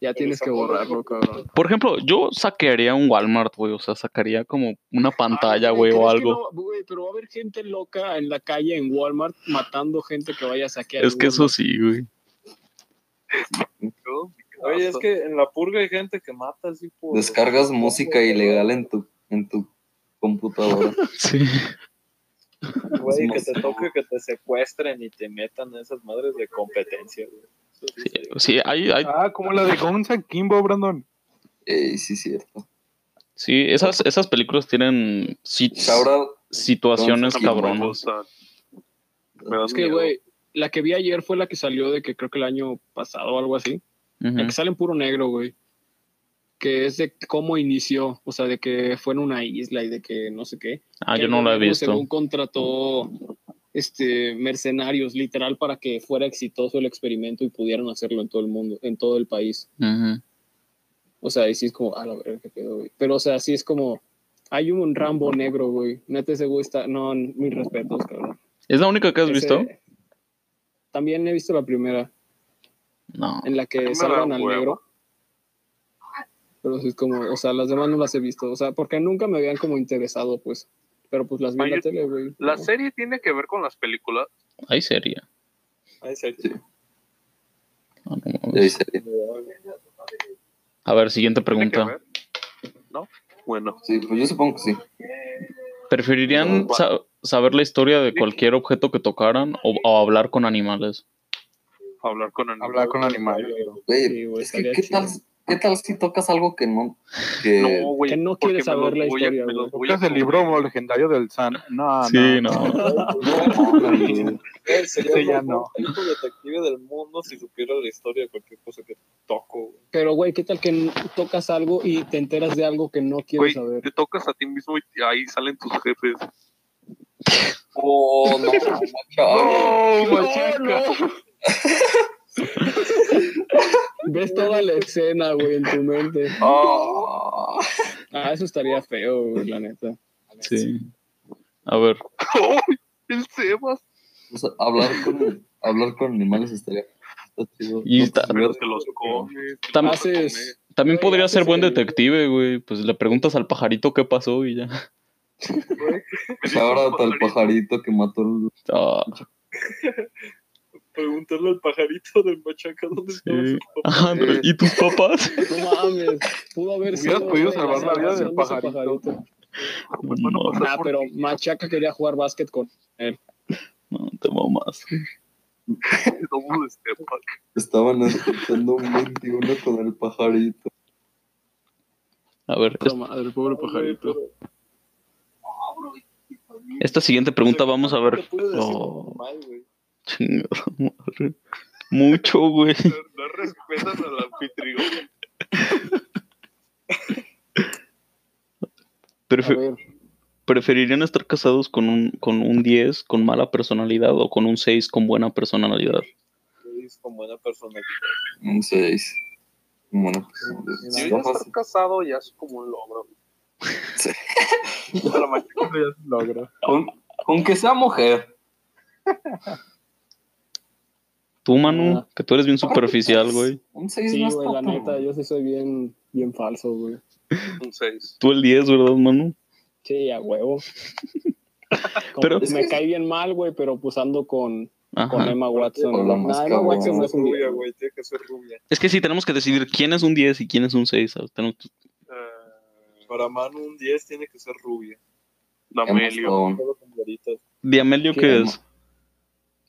[SPEAKER 2] Ya tienes que borrarlo, cabrón.
[SPEAKER 4] Por ejemplo, yo saquearía un Walmart, güey. O sea, sacaría como una pantalla, güey, o
[SPEAKER 2] ¿Crees que
[SPEAKER 4] algo.
[SPEAKER 2] no? Güey, pero va a haber gente loca en la calle, en Walmart, matando gente que vaya a saquear.
[SPEAKER 4] Es que
[SPEAKER 2] el
[SPEAKER 4] eso sí, güey.
[SPEAKER 6] Yo, mi casa.
[SPEAKER 5] Oye, es que en la purga hay gente que mata así por...
[SPEAKER 3] descargas música ilegal en tu, en tu computadora.
[SPEAKER 4] Sí.
[SPEAKER 5] Güey, que te toque, que te secuestren y te metan a esas madres de competencia, güey. Eso sí sería-
[SPEAKER 4] Sí, hay, hay,
[SPEAKER 1] Ah, como la de Guns N' Kimbo, Brandon.
[SPEAKER 3] Ey, sí, cierto.
[SPEAKER 4] sí, esas, esas películas tienen si-
[SPEAKER 3] Shout out.
[SPEAKER 4] situaciones
[SPEAKER 3] Guns N' Roses.
[SPEAKER 4] cabronas.
[SPEAKER 6] Me dan
[SPEAKER 2] Es que,
[SPEAKER 6] miedo.
[SPEAKER 2] güey, la que vi ayer fue la que salió de que creo que el año pasado o algo así. La
[SPEAKER 4] Ujú. Ah,
[SPEAKER 2] que sale en puro negro, güey. Que es de cómo inició, o sea, de que fue en una isla y de que no sé qué.
[SPEAKER 4] Ah,
[SPEAKER 2] Que
[SPEAKER 4] yo
[SPEAKER 2] el
[SPEAKER 4] no la he
[SPEAKER 2] gobierno,
[SPEAKER 4] visto.
[SPEAKER 2] Según contrató este, mercenarios, literal, para que fuera exitoso el experimento y pudieran hacerlo en todo el mundo, en todo el país.
[SPEAKER 4] Ujú.
[SPEAKER 2] O sea, y sí es como, a la verga, qué pedo, güey. Pero, o sea, sí es como, hay un Rambo negro, güey. Neta, ese güey está, no, n- mis respetos, cabrón.
[SPEAKER 4] ¿Es la única que has
[SPEAKER 2] Ese-
[SPEAKER 4] visto?
[SPEAKER 2] También he visto la primera,
[SPEAKER 4] No.
[SPEAKER 2] en la que
[SPEAKER 6] Primera,
[SPEAKER 2] salvan al
[SPEAKER 6] huevo.
[SPEAKER 2] negro. Pero sí es como, o sea, las demás no las he visto. O sea, porque nunca me habían como interesado, pues. Pero pues las vi en la
[SPEAKER 6] Oye,
[SPEAKER 2] tele, güey.
[SPEAKER 6] La serie tiene que ver con las películas.
[SPEAKER 4] Ahí sería.
[SPEAKER 5] Ay, se-
[SPEAKER 4] Ah, no mames.
[SPEAKER 3] Ey, sí,
[SPEAKER 4] A ver, siguiente
[SPEAKER 6] ¿Tiene que
[SPEAKER 4] pregunta.
[SPEAKER 6] ver? ¿No? Bueno.
[SPEAKER 3] sí, pues yo supongo que sí.
[SPEAKER 4] ¿Preferirían sa- saber la historia de cualquier objeto que tocaran o, o hablar con animales?
[SPEAKER 6] Hablar con animales.
[SPEAKER 1] Hablar con animales.
[SPEAKER 3] Güey,
[SPEAKER 2] Sí, güey,
[SPEAKER 3] es que
[SPEAKER 2] estaría
[SPEAKER 3] ¿qué tal,
[SPEAKER 2] chido.
[SPEAKER 3] ¿qué tal si tocas algo que no? Que,
[SPEAKER 6] No, güey.
[SPEAKER 2] Que no
[SPEAKER 6] porque
[SPEAKER 2] quieres
[SPEAKER 6] me
[SPEAKER 2] saber
[SPEAKER 6] los
[SPEAKER 2] la
[SPEAKER 6] voy a-
[SPEAKER 2] historia,
[SPEAKER 6] me
[SPEAKER 2] güey.
[SPEAKER 6] los voy a
[SPEAKER 1] Buscas el
[SPEAKER 6] comer.
[SPEAKER 1] libro legendario del San. No,
[SPEAKER 4] sí,
[SPEAKER 1] Ah, no.
[SPEAKER 4] no.
[SPEAKER 5] Güey, sería
[SPEAKER 1] Ese ya
[SPEAKER 5] el mejor
[SPEAKER 1] no.
[SPEAKER 5] hijo detective del mundo si supiera la historia de cualquier cosa que toco, güey.
[SPEAKER 2] Pero, güey, ¿qué tal que n- tocas algo y te enteras de algo que no
[SPEAKER 6] Güey,
[SPEAKER 2] quieres saber?
[SPEAKER 6] te tocas a ti mismo y ahí salen tus jefes.
[SPEAKER 3] Oh, no, chaval.
[SPEAKER 1] ¡Oh,
[SPEAKER 2] Ves toda la escena, güey, en tu mente.
[SPEAKER 3] Oh.
[SPEAKER 2] Ah, eso estaría feo, güey, la neta.
[SPEAKER 4] Sí. A ver,
[SPEAKER 6] ¡Ay, el Sebas!
[SPEAKER 3] O sea, hablar, con, hablar con animales estaría está chido.
[SPEAKER 4] Y
[SPEAKER 3] No te
[SPEAKER 4] está-
[SPEAKER 7] pues,
[SPEAKER 3] sabrías-
[SPEAKER 6] que los comes. que
[SPEAKER 4] Tam-
[SPEAKER 6] los
[SPEAKER 2] Haces-
[SPEAKER 4] también
[SPEAKER 2] Güey,
[SPEAKER 4] podría
[SPEAKER 2] antes
[SPEAKER 4] ser buen
[SPEAKER 2] de-
[SPEAKER 4] detective, güey. Pues le preguntas al pajarito qué pasó y ya.
[SPEAKER 6] comes.
[SPEAKER 3] Shout out al pajarito que mató el...
[SPEAKER 4] Ah,
[SPEAKER 5] Preguntarle al pajarito del machaca dónde estaba
[SPEAKER 4] sí.
[SPEAKER 5] su papá.
[SPEAKER 4] Ah, pero, ¿Y tus papás?
[SPEAKER 2] No mames, pudo haber
[SPEAKER 1] Hubieras
[SPEAKER 2] sido.
[SPEAKER 1] podido
[SPEAKER 2] güey,
[SPEAKER 1] salvar la vida del
[SPEAKER 2] salvación de ese
[SPEAKER 1] pajarito.
[SPEAKER 4] No,
[SPEAKER 6] Bueno,
[SPEAKER 4] mames,
[SPEAKER 2] Ah, pero Machaca quería jugar básquet con.
[SPEAKER 4] no, te mamás.
[SPEAKER 6] Somos de Estepa.
[SPEAKER 7] Estaban escuchando un 21 con el pajarito.
[SPEAKER 4] A ver,
[SPEAKER 2] Puta madre, pobre pajarito.
[SPEAKER 4] Esta siguiente pregunta vamos a ver. Oh. Chingada madre. Mucho, güey.
[SPEAKER 6] No, no respetan al anfitrión.
[SPEAKER 2] A
[SPEAKER 4] Prefe-
[SPEAKER 2] ver,
[SPEAKER 4] ¿Preferirían estar casados con un, con un 10 con mala personalidad o con un 6 con buena personalidad?
[SPEAKER 5] Es con buena persona.
[SPEAKER 7] Un 6. Bueno, pues,
[SPEAKER 6] Yo
[SPEAKER 7] está
[SPEAKER 6] ya estar
[SPEAKER 7] fácil.
[SPEAKER 6] casado ya es como un logro.
[SPEAKER 7] Sí.
[SPEAKER 6] A la mañana ya es un logro.
[SPEAKER 3] Con, con que sea mujer.
[SPEAKER 4] Tú, Manu,
[SPEAKER 2] Ah.
[SPEAKER 4] que tú eres bien superficial, güey.
[SPEAKER 7] Un 6
[SPEAKER 2] sí,
[SPEAKER 7] no
[SPEAKER 2] güey, la
[SPEAKER 7] está tan
[SPEAKER 2] neta, yo sí soy bien, bien falso, güey.
[SPEAKER 6] Un 6.
[SPEAKER 4] Tú el 10, ¿verdad, Manu?
[SPEAKER 2] Sí, a huevo. Como
[SPEAKER 4] Pero-
[SPEAKER 2] que me cae bien mal, güey, pero pues ando con, con
[SPEAKER 4] Ajá.
[SPEAKER 2] Emma Watson.
[SPEAKER 7] Con la
[SPEAKER 2] Nah,
[SPEAKER 7] más
[SPEAKER 2] Emma Watson
[SPEAKER 7] cabrona.
[SPEAKER 2] no es un
[SPEAKER 5] Rubia,
[SPEAKER 2] día.
[SPEAKER 5] güey, tiene que ser rubia.
[SPEAKER 4] Es que sí, tenemos que decidir quién es un 10 y quién es un 6. ¿sabes? Tenemos-
[SPEAKER 5] Para Manu, un 10 tiene que ser rubia.
[SPEAKER 6] Damelio.
[SPEAKER 7] Emma Stone,
[SPEAKER 5] Solo con güeritas.
[SPEAKER 4] ¿Diamelio qué
[SPEAKER 2] ¿Quién?
[SPEAKER 4] es?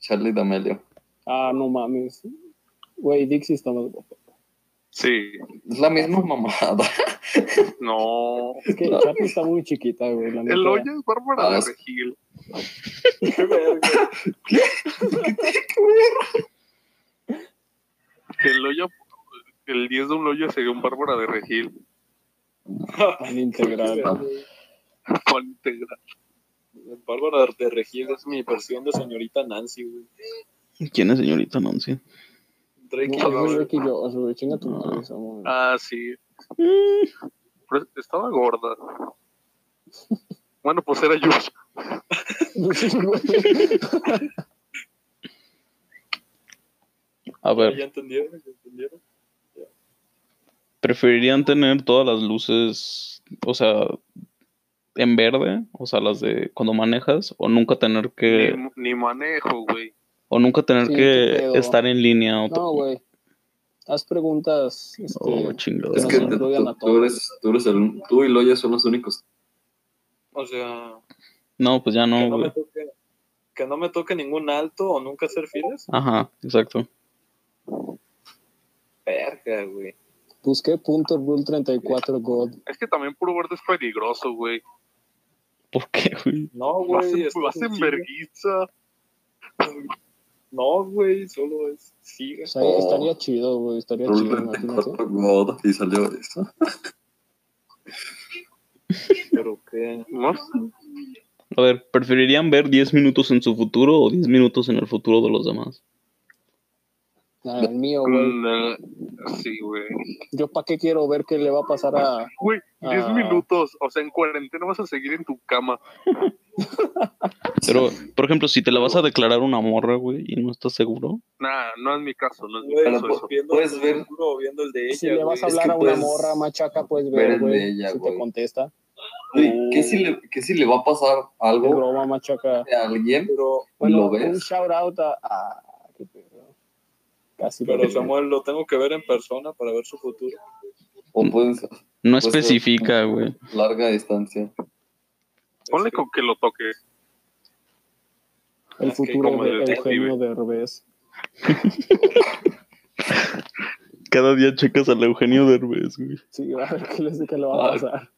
[SPEAKER 7] Charlie D'Amelio.
[SPEAKER 2] Ah, no mames. Güey, Dixie está más guapa.
[SPEAKER 6] Sí.
[SPEAKER 7] Es la misma mamada.
[SPEAKER 6] No.
[SPEAKER 2] Es que Charlie está muy chiquita, güey. La
[SPEAKER 6] El
[SPEAKER 2] neta.
[SPEAKER 6] hoyo es Bárbara
[SPEAKER 7] Ah,
[SPEAKER 6] de
[SPEAKER 7] es-
[SPEAKER 6] Regil.
[SPEAKER 5] Qué verga.
[SPEAKER 6] El hoyo. El 10 de un hoyo según Bárbara de Regil.
[SPEAKER 2] Tan integral.
[SPEAKER 6] Con integral.
[SPEAKER 5] Bárbara de Regil es mi versión de señorita Nancy, güey.
[SPEAKER 4] ¿Quién es señorita Nancy?
[SPEAKER 5] Drake y
[SPEAKER 2] No, güey,
[SPEAKER 5] yo.
[SPEAKER 2] Drake y yo, o sea, güey, chinga tu madre, esa madre.
[SPEAKER 6] Ah, sí. Pero estaba gorda. Bueno, pues era yo.
[SPEAKER 2] Sí, güey.
[SPEAKER 4] A ver,
[SPEAKER 5] Ah, ¿Ya entendieron? ¿Ya entendieron?
[SPEAKER 4] ¿preferirían tener todas las luces, o sea, en verde? O sea, las de cuando manejas, o nunca tener que,
[SPEAKER 6] Ni, ni manejo, güey.
[SPEAKER 4] o nunca tener
[SPEAKER 2] Sí, qué pedo.
[SPEAKER 4] que estar en línea. O
[SPEAKER 2] No, güey. Haz preguntas. Este,
[SPEAKER 4] oh, chingada.
[SPEAKER 7] Es que
[SPEAKER 2] no
[SPEAKER 7] te-
[SPEAKER 2] incluyan a
[SPEAKER 7] tú, tú
[SPEAKER 2] todos.
[SPEAKER 7] eres, tú eres el, tú y Loya son los únicos.
[SPEAKER 5] O sea,
[SPEAKER 4] No, pues ya
[SPEAKER 5] que
[SPEAKER 4] no,
[SPEAKER 5] no, me
[SPEAKER 4] güey.
[SPEAKER 5] toque, que no me toque ningún alto o nunca hacer filas.
[SPEAKER 4] Ajá, exacto.
[SPEAKER 5] Verga, güey.
[SPEAKER 2] Busqué punto rule 34 God.
[SPEAKER 6] Es que también puro verde es peligroso, güey.
[SPEAKER 4] ¿Por qué, güey?
[SPEAKER 5] No,
[SPEAKER 6] Vas
[SPEAKER 5] güey.
[SPEAKER 6] en,
[SPEAKER 5] está
[SPEAKER 6] vas en
[SPEAKER 5] sencillo.
[SPEAKER 6] verguiza.
[SPEAKER 5] No, güey, solo es siga.
[SPEAKER 2] O sea,
[SPEAKER 7] Oh.
[SPEAKER 2] estaría chido, güey. Estaría
[SPEAKER 7] Rule
[SPEAKER 2] chido, imagínate.
[SPEAKER 7] 34 God, y salió eso.
[SPEAKER 5] Pero que
[SPEAKER 6] ¿No?
[SPEAKER 4] A ver, ¿preferirían ver 10 minutos en su futuro o 10 minutos en el futuro de los demás?
[SPEAKER 2] Ah, el mío, güey.
[SPEAKER 6] Mm, eh, Sí, güey.
[SPEAKER 2] Yo para qué quiero ver qué le va a pasar a...
[SPEAKER 6] Güey, 10
[SPEAKER 2] Ah.
[SPEAKER 6] minutos. O sea, en cuarentena vas a seguir en tu cama.
[SPEAKER 4] Pero, por ejemplo, si te la vas a declarar una morra, güey, y no estás seguro.
[SPEAKER 6] Nah, no es mi caso, no es mi
[SPEAKER 5] Güey,
[SPEAKER 7] Pero
[SPEAKER 6] caso
[SPEAKER 7] pues,
[SPEAKER 6] eso.
[SPEAKER 5] viendo
[SPEAKER 7] puedes
[SPEAKER 5] el
[SPEAKER 7] ver-
[SPEAKER 5] futuro o viendo el de ella,
[SPEAKER 2] Si le vas a
[SPEAKER 7] es
[SPEAKER 2] hablar
[SPEAKER 7] que
[SPEAKER 2] a una
[SPEAKER 7] puedes
[SPEAKER 2] morra machaca, puedes
[SPEAKER 7] ver
[SPEAKER 2] ver,
[SPEAKER 7] el de
[SPEAKER 2] güey.
[SPEAKER 7] ella,
[SPEAKER 2] Si te
[SPEAKER 7] güey.
[SPEAKER 2] contesta.
[SPEAKER 7] Uy, ¿qué, si le, ¿Qué si le va a pasar
[SPEAKER 2] Qué
[SPEAKER 7] algo
[SPEAKER 2] broma, machaca.
[SPEAKER 7] a alguien?
[SPEAKER 5] Pero,
[SPEAKER 2] Bueno,
[SPEAKER 7] ¿Lo
[SPEAKER 2] un
[SPEAKER 7] ves?
[SPEAKER 2] shout out a... Ah, qué pedo. Casi
[SPEAKER 5] pero
[SPEAKER 2] lo-
[SPEAKER 5] Samuel lo tengo que ver en persona para ver su futuro.
[SPEAKER 7] ¿O puedes
[SPEAKER 4] No
[SPEAKER 7] Pues, eh,
[SPEAKER 4] especifica, güey.
[SPEAKER 7] larga distancia?
[SPEAKER 6] Ponle con que lo toques.
[SPEAKER 2] El
[SPEAKER 5] Es que
[SPEAKER 2] futuro
[SPEAKER 6] como
[SPEAKER 2] de
[SPEAKER 6] detective.
[SPEAKER 2] Eugenio de revés.
[SPEAKER 4] Cada día checas al Eugenio Derbez, güey.
[SPEAKER 2] Sí, a ver qué, les, qué le va a
[SPEAKER 7] Ah.
[SPEAKER 2] pasar.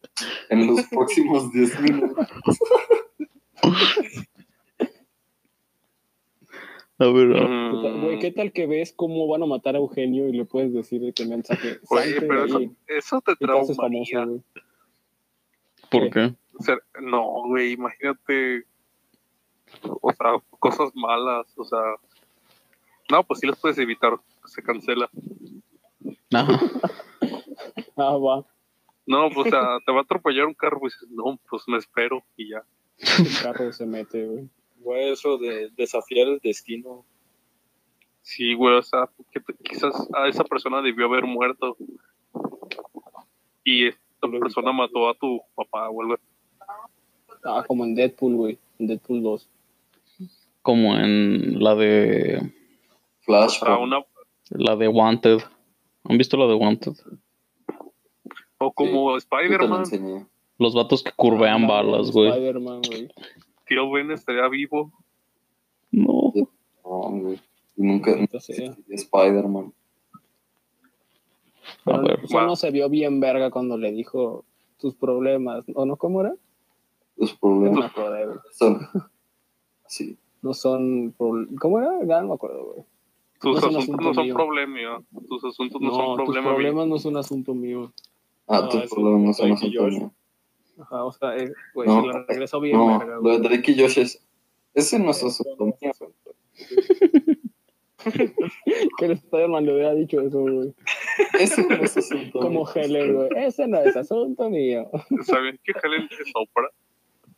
[SPEAKER 7] En los próximos 10 minutos.
[SPEAKER 4] A ver, ah, a-
[SPEAKER 2] ¿Qué tal- Güey,
[SPEAKER 6] Mm.
[SPEAKER 2] ¿qué tal que ves cómo van a matar a Eugenio y le puedes decir de qué mensaje?
[SPEAKER 6] Güey,
[SPEAKER 2] Salte
[SPEAKER 6] pero
[SPEAKER 2] de
[SPEAKER 6] eso,
[SPEAKER 2] ahí
[SPEAKER 6] eso te
[SPEAKER 2] y te haces
[SPEAKER 6] traumaría.
[SPEAKER 2] famoso, güey.
[SPEAKER 4] ¿por
[SPEAKER 2] ¿qué?
[SPEAKER 4] qué?
[SPEAKER 6] O sea, no, güey, imagínate. O sea, cosas malas, o sea. No, pues sí las puedes evitar, se cancela.
[SPEAKER 4] Ajá.
[SPEAKER 2] Ah, va.
[SPEAKER 6] No, pues, o sea, te va a atropellar un carro y dices, no, pues me espero y ya.
[SPEAKER 2] El carro se mete, güey.
[SPEAKER 5] Güey, eso de desafiar el destino.
[SPEAKER 6] Sí, güey, o sea, que te- quizás a esa persona debió haber muerto. Y esta persona mató a tu papá, güey.
[SPEAKER 2] Ah, como en Deadpool, güey. En Deadpool 2.
[SPEAKER 4] Como en la de.
[SPEAKER 6] O
[SPEAKER 7] Flash.
[SPEAKER 6] sea, una,
[SPEAKER 4] La de Wanted. ¿Han visto la de Wanted?
[SPEAKER 6] o
[SPEAKER 7] yo
[SPEAKER 6] como
[SPEAKER 7] te lo
[SPEAKER 6] Spider-Man,
[SPEAKER 7] enseñé.
[SPEAKER 4] Los vatos que curvean
[SPEAKER 2] Ah,
[SPEAKER 4] balas, güey.
[SPEAKER 2] Spider-Man, güey.
[SPEAKER 6] tío Ben estaría vivo.
[SPEAKER 4] No.
[SPEAKER 7] No, güey.
[SPEAKER 3] Y nunca
[SPEAKER 2] Maldita sea.
[SPEAKER 3] Spider-Man.
[SPEAKER 4] A ver.
[SPEAKER 2] Pero no se vio bien verga cuando le dijo tus problemas, ¿o no? ¿Cómo era?
[SPEAKER 3] Los
[SPEAKER 2] No me
[SPEAKER 3] problemas
[SPEAKER 2] acordé, güey.
[SPEAKER 3] son. Sí.
[SPEAKER 2] No son... prob- ¿Cómo era? Ya no me acuerdo, güey.
[SPEAKER 6] Tus
[SPEAKER 2] No son
[SPEAKER 6] asuntos no
[SPEAKER 2] asunto
[SPEAKER 6] son
[SPEAKER 2] mío.
[SPEAKER 6] problema. Tus asuntos Pues no, son
[SPEAKER 2] tus
[SPEAKER 6] problema. mío.
[SPEAKER 2] problemas no son asunto mío.
[SPEAKER 3] Ah,
[SPEAKER 5] No,
[SPEAKER 3] tus
[SPEAKER 5] eso
[SPEAKER 3] problemas no son
[SPEAKER 5] Drake y
[SPEAKER 3] asunto
[SPEAKER 5] Josh.
[SPEAKER 3] mío.
[SPEAKER 2] Ajá, o sea, eh, güey,
[SPEAKER 3] No,
[SPEAKER 2] se la regresó bien
[SPEAKER 3] No,
[SPEAKER 2] verga,
[SPEAKER 3] lo
[SPEAKER 2] güey.
[SPEAKER 3] de Drake y Josh es. Ese no es asunto mío.
[SPEAKER 2] Que el Spider-Man le hubiera dicho eso, güey.
[SPEAKER 3] Ese no es asunto mío.
[SPEAKER 2] Como Helen, güey. Ese no es asunto mío.
[SPEAKER 6] ¿Sabían que Helen es Oprah?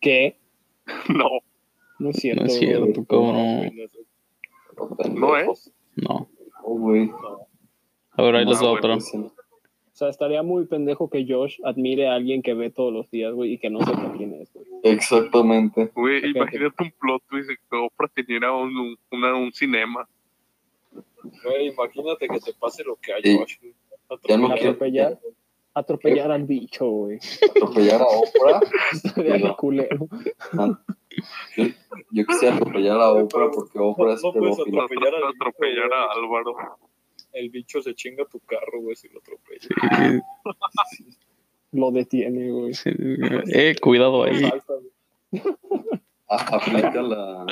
[SPEAKER 2] ¿Qué?
[SPEAKER 6] No,
[SPEAKER 2] No es cierto,
[SPEAKER 4] No es
[SPEAKER 2] güey.
[SPEAKER 4] cierto, cabrón.
[SPEAKER 6] no ¿eh? es.
[SPEAKER 4] No.
[SPEAKER 3] Oh, güey.
[SPEAKER 4] A ver, ahí
[SPEAKER 2] Ah,
[SPEAKER 4] les
[SPEAKER 6] No,
[SPEAKER 4] va
[SPEAKER 6] güey.
[SPEAKER 4] otra.
[SPEAKER 2] pues,
[SPEAKER 3] Ese no.
[SPEAKER 2] O sea, estaría muy pendejo que Josh admire a alguien que ve todos los días, güey, y que no sepa quién es, güey.
[SPEAKER 3] Exactamente.
[SPEAKER 6] Güey,
[SPEAKER 2] Ok, ok.
[SPEAKER 6] imagínate un plot twist de que Oprah tenía un, un, una- un cinema.
[SPEAKER 5] Güey, imagínate que te pase lo que hay,
[SPEAKER 3] Sí.
[SPEAKER 5] Josh. güey.
[SPEAKER 3] Ya no quiero
[SPEAKER 5] Atropellar-
[SPEAKER 2] Atropellar, atropellar al bicho, güey.
[SPEAKER 3] atropellar a Oprah.
[SPEAKER 2] Estaría
[SPEAKER 3] Pero-
[SPEAKER 2] de culero.
[SPEAKER 3] Yo, yo quisiera atropellar a Oprah porque Oprah es
[SPEAKER 5] No, no puedes
[SPEAKER 3] pedófila.
[SPEAKER 5] Atropellar
[SPEAKER 6] Atro-
[SPEAKER 5] al-
[SPEAKER 6] Atropellar a Álvaro.
[SPEAKER 5] El bicho se chinga tu carro, güey, si lo atropella.
[SPEAKER 2] Lo detiene, güey.
[SPEAKER 4] Sí, güey. eh, cuidado ahí.
[SPEAKER 2] Ah,
[SPEAKER 5] Salta, güey.
[SPEAKER 3] A- Ah, Aplica la.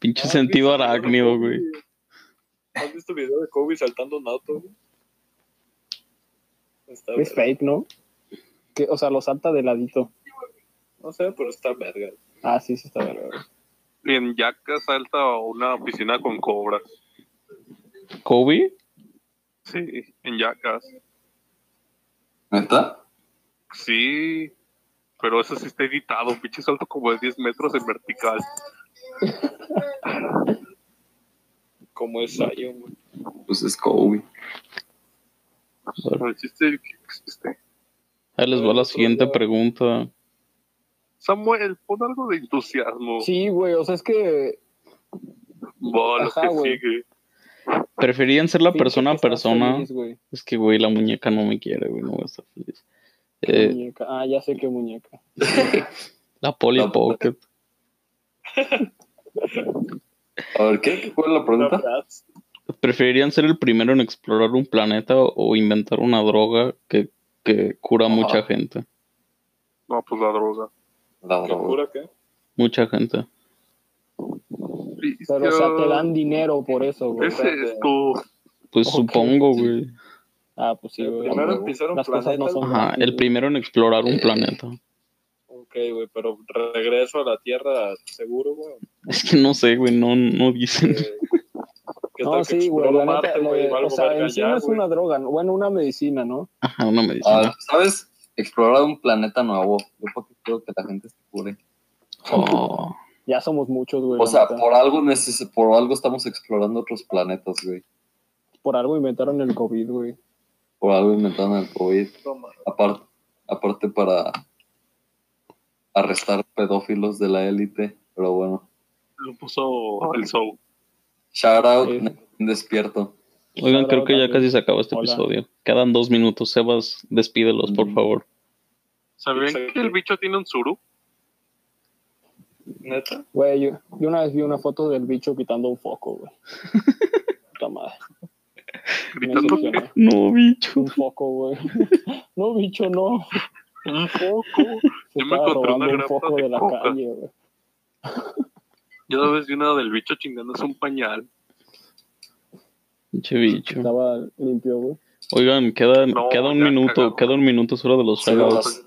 [SPEAKER 4] Pinche
[SPEAKER 2] ah,
[SPEAKER 5] ¿Has visto
[SPEAKER 4] sentido
[SPEAKER 5] el video de
[SPEAKER 4] arácnido,
[SPEAKER 5] Kobe?
[SPEAKER 4] güey.
[SPEAKER 5] ¿Has visto el video de Kobe saltando un auto, güey? Está
[SPEAKER 2] Es
[SPEAKER 5] verga.
[SPEAKER 2] fake, ¿no? Que, o sea, lo salta de ladito.
[SPEAKER 5] No sé, pero está verga.
[SPEAKER 2] Ah, sí, sí está verga, güey.
[SPEAKER 6] Y en Yaka salta a una piscina con cobras.
[SPEAKER 4] ¿Kobe?
[SPEAKER 6] Sí, en Yacas.
[SPEAKER 3] ¿Neta?
[SPEAKER 6] Sí, pero eso sí está editado. Pinche salto como de 10 metros en vertical.
[SPEAKER 5] Como es Zion, güey.
[SPEAKER 3] Pues es Kobe.
[SPEAKER 6] Pero el chiste es que existe.
[SPEAKER 4] Ahí les
[SPEAKER 2] Ah,
[SPEAKER 4] va la siguiente pregunta.
[SPEAKER 6] Samuel, pon algo de entusiasmo.
[SPEAKER 2] Sí, güey, o sea, es que
[SPEAKER 6] Bolas
[SPEAKER 2] Ajá,
[SPEAKER 6] que
[SPEAKER 2] güey.
[SPEAKER 6] sigue.
[SPEAKER 4] ¿Preferían ser la
[SPEAKER 2] Finge
[SPEAKER 4] persona
[SPEAKER 2] que
[SPEAKER 4] a
[SPEAKER 2] estás
[SPEAKER 4] persona?
[SPEAKER 2] feliz, güey.
[SPEAKER 4] Es que, güey, la muñeca no me quiere, güey, no voy a estar feliz. Eh,
[SPEAKER 2] Muñeca. Ah, ya sé qué muñeca.
[SPEAKER 4] la Polly
[SPEAKER 3] La-
[SPEAKER 4] Pocket.
[SPEAKER 3] A ver, ¿qué? ¿Qué fue la pregunta?
[SPEAKER 5] Bratz.
[SPEAKER 4] ¿Preferirían ser el primero en explorar un planeta o, o inventar una droga que, que cura a mucha gente?
[SPEAKER 6] No, pues la droga.
[SPEAKER 3] La
[SPEAKER 5] ¿Qué
[SPEAKER 3] droga.
[SPEAKER 5] cura qué?
[SPEAKER 4] Mucha gente.
[SPEAKER 2] Pero, o sea, te dan dinero por eso, güey.
[SPEAKER 6] Ese es tu.
[SPEAKER 4] Pues
[SPEAKER 2] Ok,
[SPEAKER 4] supongo, güey.
[SPEAKER 2] Ah, pues sí,
[SPEAKER 5] El
[SPEAKER 2] güey.
[SPEAKER 5] primero
[SPEAKER 3] güey.
[SPEAKER 5] empezaron
[SPEAKER 2] Las cosas no son
[SPEAKER 4] Ajá,
[SPEAKER 2] gratis,
[SPEAKER 4] el
[SPEAKER 2] güey.
[SPEAKER 4] primero en explorar un
[SPEAKER 3] Eh.
[SPEAKER 4] planeta.
[SPEAKER 5] Ok, güey, pero regreso a la Tierra seguro, güey.
[SPEAKER 4] Es que no sé, güey, no, no dicen.
[SPEAKER 5] Eh, ¿Qué
[SPEAKER 2] No,
[SPEAKER 5] tal que
[SPEAKER 2] sí, güey. la
[SPEAKER 5] exploro
[SPEAKER 2] neta,
[SPEAKER 5] Marte,
[SPEAKER 2] la-
[SPEAKER 5] güey?
[SPEAKER 2] o
[SPEAKER 5] Valgo
[SPEAKER 2] sea,
[SPEAKER 5] verga
[SPEAKER 2] en sí
[SPEAKER 5] ya,
[SPEAKER 2] no es
[SPEAKER 5] güey.
[SPEAKER 2] una droga, no- bueno, una medicina, ¿no?
[SPEAKER 4] Ajá, una medicina.
[SPEAKER 3] Ah, ¿Sabes? Explorar un planeta nuevo. Yo porque creo que la gente se cure.
[SPEAKER 4] Oh,
[SPEAKER 2] Ya somos muchos, güey.
[SPEAKER 3] O
[SPEAKER 2] la
[SPEAKER 3] sea,
[SPEAKER 2] neta.
[SPEAKER 3] por algo, neces- por algo estamos explorando otros planetas, güey.
[SPEAKER 2] por algo inventaron el COVID, güey.
[SPEAKER 3] Por algo inventaron el COVID.
[SPEAKER 5] No, mames.
[SPEAKER 3] Aparte, aparte para arrestar pedófilos de la élite. Pero bueno.
[SPEAKER 6] Lo puso el show.
[SPEAKER 3] Shout out,
[SPEAKER 2] Sí.
[SPEAKER 3] Neptun despierto.
[SPEAKER 4] oigan, creo que ya
[SPEAKER 2] También.
[SPEAKER 4] casi se acaba este
[SPEAKER 2] oh. Hola.
[SPEAKER 4] episodio. Quedan dos minutos. Sebas, despídelos, por
[SPEAKER 3] Mm.
[SPEAKER 4] favor.
[SPEAKER 6] ¿Sabían
[SPEAKER 5] Sí.
[SPEAKER 6] que el bicho tiene un suru?
[SPEAKER 5] ¿Neta?
[SPEAKER 2] Güey, yo, yo una vez vi una foto del bicho quitando un foco, güey. Puta madre. Me
[SPEAKER 6] Gritando que
[SPEAKER 2] decepcioné.
[SPEAKER 4] No, bicho.
[SPEAKER 2] Un foco, güey. No, bicho, no.
[SPEAKER 6] un foco.
[SPEAKER 2] Se
[SPEAKER 6] Yo me
[SPEAKER 2] estaba
[SPEAKER 6] encontré una
[SPEAKER 2] robando un
[SPEAKER 6] grapa
[SPEAKER 2] foco
[SPEAKER 6] de
[SPEAKER 2] de la
[SPEAKER 6] coca.
[SPEAKER 2] calle, güey.
[SPEAKER 6] Yo una vez vi una del bicho chingándose un pañal.
[SPEAKER 4] Pinche bicho.
[SPEAKER 2] Estaba limpio, güey.
[SPEAKER 4] Oigan, quedan,
[SPEAKER 6] No,
[SPEAKER 4] queda un
[SPEAKER 6] ya
[SPEAKER 4] minuto,
[SPEAKER 6] cagamos.
[SPEAKER 4] queda un minuto, es hora de los
[SPEAKER 3] Sí,
[SPEAKER 4] shoutouts.
[SPEAKER 3] los-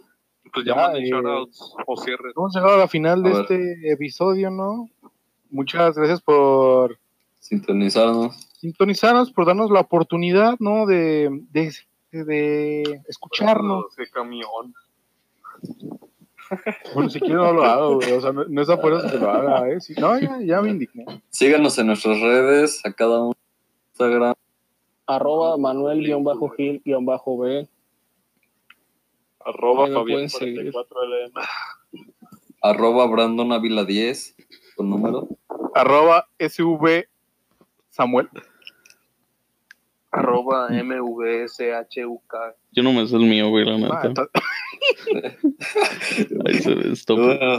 [SPEAKER 6] Pues ya
[SPEAKER 1] Ya,
[SPEAKER 6] manden
[SPEAKER 1] eh.
[SPEAKER 6] shoutouts o cierres.
[SPEAKER 1] Vamos a llegar a la final de
[SPEAKER 3] A ver.
[SPEAKER 1] este episodio, ¿no? Muchas gracias por
[SPEAKER 3] sintonizarnos.
[SPEAKER 1] sintonizarnos, por darnos la oportunidad, ¿no? De, de, de escucharnos.
[SPEAKER 6] De camión.
[SPEAKER 1] Bueno, si quiero no lo hago, güey. O sea, no, no es a fuerza que lo haga, ¿eh? Si- no, ya, ya me indigné.
[SPEAKER 3] Síganos en nuestras redes, a cada uno Instagram.
[SPEAKER 2] Arroba Manuel-Gil-B.
[SPEAKER 5] Arroba
[SPEAKER 2] Ahí me
[SPEAKER 5] Fabián
[SPEAKER 2] pueden seguir.
[SPEAKER 5] 44LM.
[SPEAKER 3] Arroba Brandon Ávila 10, con número.
[SPEAKER 1] Arroba SV Samuel.
[SPEAKER 6] Arroba MVSHUK.
[SPEAKER 4] Yo no me sé el mío, güey, la
[SPEAKER 1] Ah,
[SPEAKER 4] neta.
[SPEAKER 1] entonces-
[SPEAKER 4] Ahí se ve, stop.
[SPEAKER 3] Bueno,